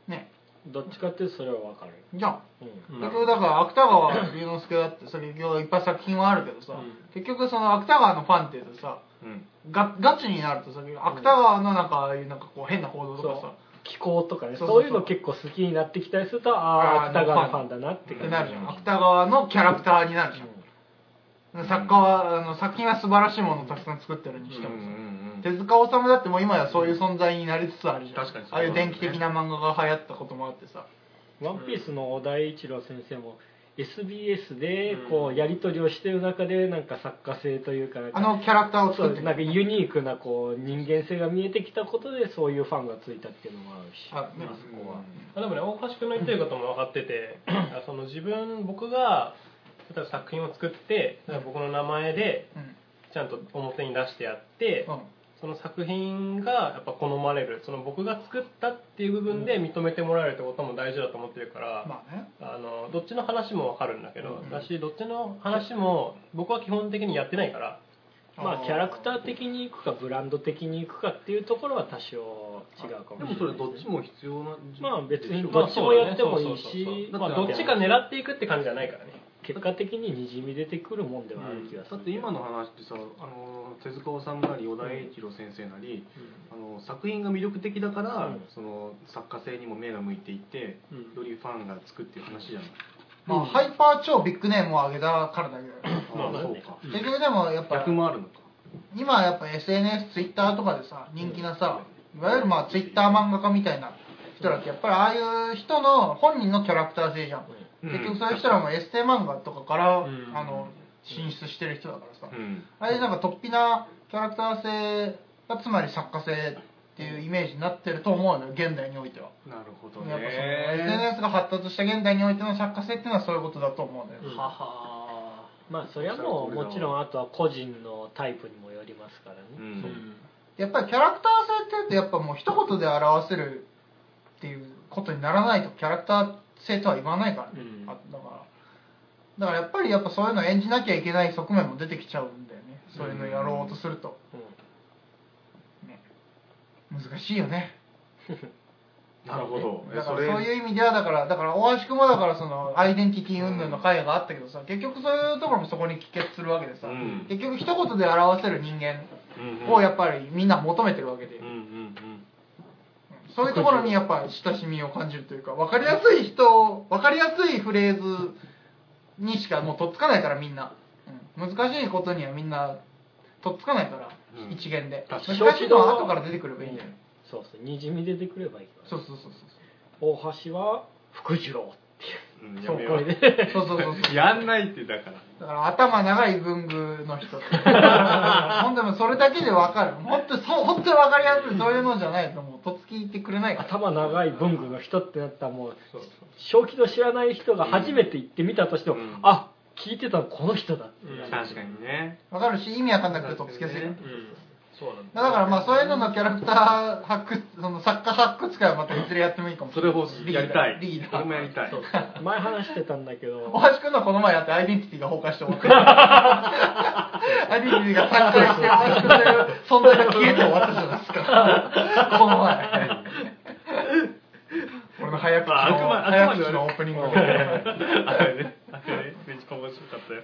S1: ね
S5: うんどっちかっていうとそれは分かる
S1: じゃん
S5: うん
S1: 結局だから芥川龍之介だってさ結局いっぱい作品はあるけどさ、
S6: うん
S1: 結局その芥川のファンっていうとさ
S4: うん
S1: がガチになるとさ芥川のなんかああいうなんかこう変な行動とかさ
S5: 気候とかね
S1: そう
S5: そ
S1: そうそう
S5: ういうの結構好きになってきたりすると
S1: あ
S5: ああ
S1: ー
S5: 芥川のファンだなって
S1: って
S5: 感
S1: なるじゃん芥川のキャラクターになるじゃん、作家はあの作品は素晴らしいものをたくさん作ってるにしてもさ、
S4: うん
S1: 手塚治虫だってもう今やそういう存在になりつつあるじゃん
S4: 確かにそう
S1: ああいう電気的な漫画が流行ったこともあってさ
S5: ワンピースの小田栄一郎先生も SBS で
S6: うん
S5: こうやり取りをしてる中でなんか作家性というかなんか
S1: あのキャラクターを
S5: そ
S1: 作って
S5: うなんかユニークなこう人間性が見えてきたことでそういうファンがついたっていうのもあるし
S1: あね
S4: そこは
S6: まあでもね大橋君の言ってることも分かっててあその自分僕が例えば作品を作って例えば僕の名前で
S1: うん
S6: ちゃんと表に出してやって、
S1: うん
S6: その作品がやっぱ好まれるその僕が作ったっていう部分で認めてもらえるってことも大事だと思ってるから、
S1: まあね
S6: あのどっちの話も分かるんだけど、
S1: うん
S6: だしどっちの話も僕は基本的にやってないから
S5: まあキャラクタ
S1: ー
S5: ー的に行くかブランド的に行くかっていうところは多少違うかもしれない
S4: でもそれどっちも必要な
S5: まあ別に
S4: でしょ
S5: どっちもやってもいい
S6: そうそう
S5: し
S6: まあ、
S5: まあ
S6: どっちか狙っていくって感じじゃないからね
S5: 結果的ににじみ出てくるもんではある気がす
S4: だ
S5: る、
S4: って今の話ってさあの手塚治虫なり小田栄一郎先生なり、あの作品が魅力的だから、
S5: うん
S4: その作家性にも目が向いていって、
S6: う
S4: よ
S6: ん
S4: りファンがつくっていう話じゃない、
S1: まあハイパー超ビッグネームを上げたからだけど
S4: あ
S6: まあ
S4: そう
S6: ね
S4: か
S1: 結局でもやっぱ
S4: 逆もあるのか
S1: 今やっぱ SNSTwitter とかでさ人気なさいわゆるまあ Twitter 漫画家みたいな人らってやっぱりああいう人の本人のキャラクター性じゃん、
S4: うん
S1: 結局そういう人らもエステ漫画とかから、
S6: うん
S1: あの進出してる人だから
S4: う
S1: さ、
S4: ん
S1: ああいうなんか突飛なキャラクター性がつまり作家性っていうイメージになってると思うのよ現代においては
S4: なるほどね
S1: やっぱその SNS が発達した現代においての作家性っていうのはそういうことだと思うのよ、
S6: うん
S2: はは
S5: まあそれはもうもちろんあとは個人のタイプにもよりますからね、
S4: うん
S1: やっぱりキャラクター性って言うとやっぱもう一言で表せるっていうことにならないとキャラクター性とは言わないからね、
S6: うん
S1: あだからだからやっぱりやっぱそういうのを演じなきゃいけない側面も出てきちゃうんだよねそういうのやろうとすると、ね難しいよね
S4: なるほどえ
S1: だから
S4: そ
S1: そう
S4: れ
S1: いう意味ではだからだから大橋君もだからそのアイデンティティ云々の会があったけどさ結局そういうところもそこに帰結するわけでさ、
S4: うん
S1: 結局一言で表せる人間
S4: うん
S1: をやっぱりみんな求めてるわけで、
S4: うんうん
S1: そういうところにやっぱ親しみを感じるというか、分かりやすい人、分かりやすいフレーズにしかもうとっつかないからみんな。うん難しいことにはみんなとっつかないから、
S4: うん
S1: 一元で。難
S4: 確
S1: し
S4: かに
S1: いのは後から出てくればいいんだよ。
S5: そうそうにじみ出てくればいいから
S1: そうそうそうそ
S5: 大橋は福次郎
S4: うんうん
S5: って
S4: や
S5: そう
S4: めよ
S5: これ
S4: う
S5: で
S1: う。そうそうそうそう。
S4: やんないってだから
S1: だから頭長い文具の人ほんでもそれだけで分かる。もっと、そう本当に分かりやすい。そういうのじゃないともうとっつきいてくれないから。
S5: 頭長い文具の人ってなったらもう
S6: そうそ
S5: 正気の知らない人が初めて行ってみたとしても、
S4: うん
S5: あ聞いてたのこの人だってなる、
S4: 確かにね
S1: 分かるし、意味わかんなくてとっつきやすいから。
S6: う、うん、そうなんだ
S1: だからまあそういうののキャラクター発掘その作家発掘会はまたいずれやってもいいかもし
S4: そ
S1: れ
S4: れ
S1: ない
S4: をやりたい
S1: リーダー
S4: 俺もやりたい
S6: そう
S5: 前話してたんだけ ど
S1: 大橋君のはこの前やってアイデンティティが崩壊して終わったアイデンティティが散開して大橋君という存在が消えて終わったじゃないですかこの前俺の早口の
S4: あ悪魔悪魔
S1: 早口のオープニング
S4: あれねあれねねじ込む
S6: 面白かったよ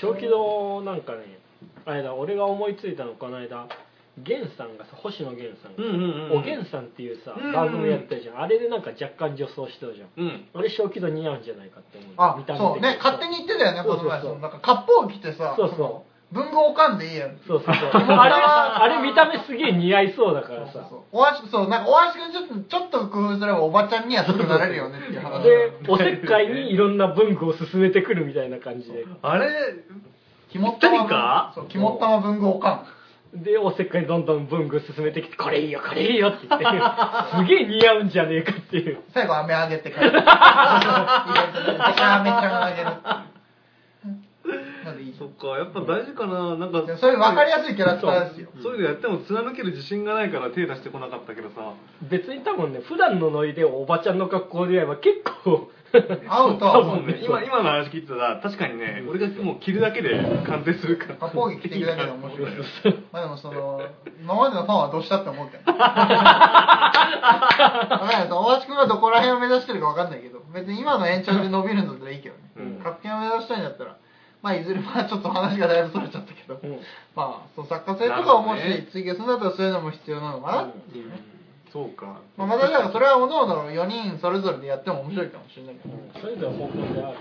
S3: 正気のなんかねあれだ俺が思いついたのこの間源さんがさ星野源さんが、
S4: うんうんうん
S3: おげんさんっていうさ
S4: うんうん
S3: 番組やってたじゃんあれでなんか若干女装してるじゃん
S4: うん
S3: 俺正気度似合うんじゃないかって思う
S1: あ
S3: 見た目
S1: そう
S3: 的に
S1: ね勝手に言ってたよね
S3: そ
S1: こ
S3: う
S1: の
S3: そう
S1: 前
S3: そう
S1: そのなんか割烹着てさ
S3: そうそう
S1: その文豪かんでいいやん
S3: そうそう そうあれあれ見た目すげえ似合いそうだから
S1: そう
S3: さ
S1: そうお箸そうなんかお箸がちょっとちょっと工夫すればおばちゃんにはすぐなれるよねっていう話
S3: でおせっかいにいろんな文具を進めてくるみたいな感じで
S4: あれ
S1: 肝っ
S4: ぴったりか
S1: 玉そう肝っ玉文豪か
S3: でおせっかいにどんどん文具進めてきて「これいいよこれいいよ」って言ってすげえ似合うんじゃねえかっていうん
S1: 最後飴あげて帰るめちゃめちゃあげるなんでいいじゃ
S4: そ
S1: ん
S4: っかやっぱ大事かななんか
S1: いやそういう分かりやすいキャラクターですよ
S4: そういうのやっても貫ける自信がないから手出してこなかったけどさ
S3: 別に多分ね普段のノリでおばちゃんの格好でやれば結構
S1: 合うと
S4: 多
S1: は思う
S4: 分ね今今の話聞いてたら確かにね俺がもう着るだけで完成するから
S1: 割烹着着ていくだけで面白いまあでもその今までのファンはどうしたって思うけどわかんないです大橋君がどこら辺を目指してるかわかんないけど別に今の延長で伸びるんだったらいいけどね、
S4: うん
S1: 発見を目指したいんだったらまあいずれまあちょっと話がだいぶそれちゃったけど、まあその作家性とかをもし
S4: なるほどね
S1: 追求するんだったらそういうのも必要なのかな、
S4: そうか
S1: まあ、まただからそれは各々4人それぞれでやっても面白いかもしれないけど、
S3: それぞれ方向性あるからね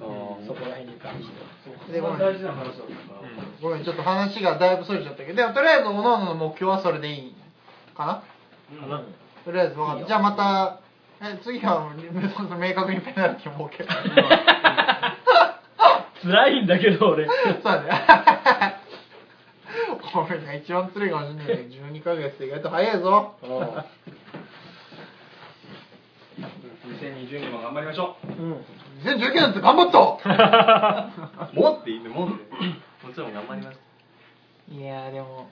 S4: あー
S3: そこら辺に関しては
S1: でごめん
S2: 大事な話だったから
S1: ごめんちょっと話がだいぶそれちゃったけどでもとりあえず各々の目標はそれでいいかなとりあえず分かったじゃあまたえ次はもう明確にペナルティを設ける
S3: 辛いんだけど俺
S1: そうだね 俺が一番辛いかもしれないけど12ヶ月って意外と早いぞ
S2: 2020年も頑張りましょう
S1: 2019年って頑張った
S4: もっていいねもってもちろん頑張ります
S1: いやーでも、うん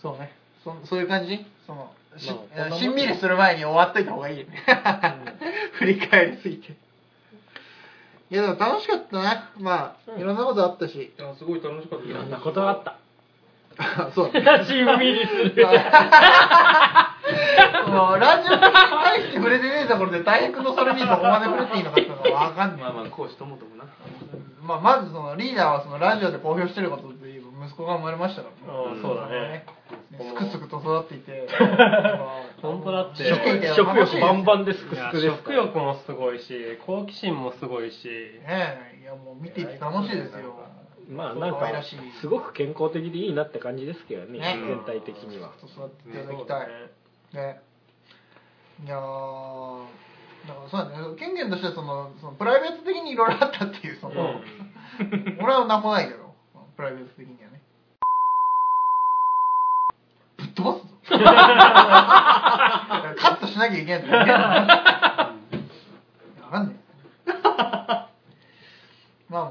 S1: そうねそそういう感じそのし,いや、しんみりする前に終わっといた方がいいよね 振り返りすぎていやでも楽しかったねまあ、いろんなことあったし
S2: いやすごい楽しかった
S3: いろんなことがあった
S1: あそうだね
S3: しんみりする
S1: もうラジオに対して触れてねえところで大変のそれにどこまで触れていいのかっていうのが分かんない、
S4: まあまあ講師ともともな
S1: まあ、まずそのリーダーはそのラジオで公表してることっていう息子が生まれましたからね
S6: あーそうだね
S1: すくすくと育っていてまあ
S6: 本当だって
S1: 食欲
S3: 食欲バンバンです
S6: い
S3: くす
S6: や
S3: くですか
S6: 食
S3: ら
S6: 欲もすごいし好奇心もすごいし
S1: ねえいやもう見ていて楽しいですよ
S3: まあなん
S1: 可愛
S3: から
S1: しい
S3: すごく健康的でいいなって感じですけどね
S1: ね
S3: 全体的には
S1: ちょっと座っていただきたいねいやーだからそうだね権限としてはそのそのプライベート的にいろいろあったっていうその、俺は 何もないけどプライベート的にはねぶっ飛ばすぞカットしなきゃいけないとかねわかんねえまあまあまあ、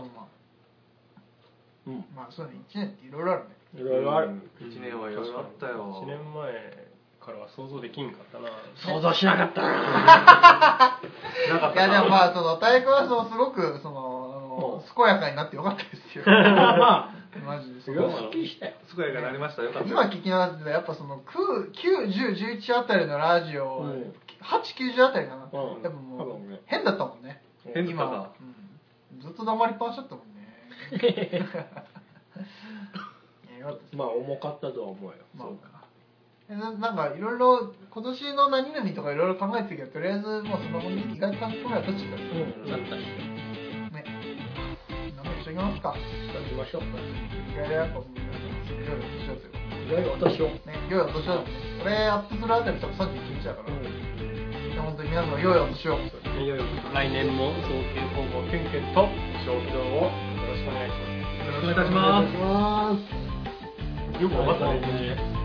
S3: うん
S1: まあそうだね1年っていろいろあるね
S3: いろいろある
S4: 1年はいろいろあったよ
S6: 1年前からは想像できんかったな
S3: 想像しなかったない
S1: やでもまあその体育はそのすごくそのあの健やかになってよかったですよ
S3: まあ
S1: マジですす
S3: ごい
S1: ご
S3: すっきりしたよ
S4: 健やかになりましたよかったよ
S1: 今聞き直してたらやっぱその91011あたりのラジオ、
S3: うん
S1: 890あたりかな、
S3: うん
S1: やっぱも
S3: 多
S1: う
S3: 分ね
S1: 変だったもんね
S4: 変だったか
S1: 今、うん、ずっと黙りっぱなしだったもんね いやよかったです
S3: まあ重かったとは思うよ
S1: まあえななんかいろいろ今年の何々とかいろいろ考えてたけどとりあえずもうそのまま意外と3分ぐらい経っちゃったね
S3: うんなったり
S1: なんか一緒に行きますか
S3: 感じましょう
S1: いやいや、やっぱ、いろいろ年だよ。
S3: いろいろ私をうん
S1: ね、良いお年を。これアップするあたりとか31日だから。いや本当に皆さん良いお年を。。
S6: いよいよ来年も造形工房キュンキュンと小気道をよろしくお願いします
S4: ろしくお願いいたします
S6: よくわかったね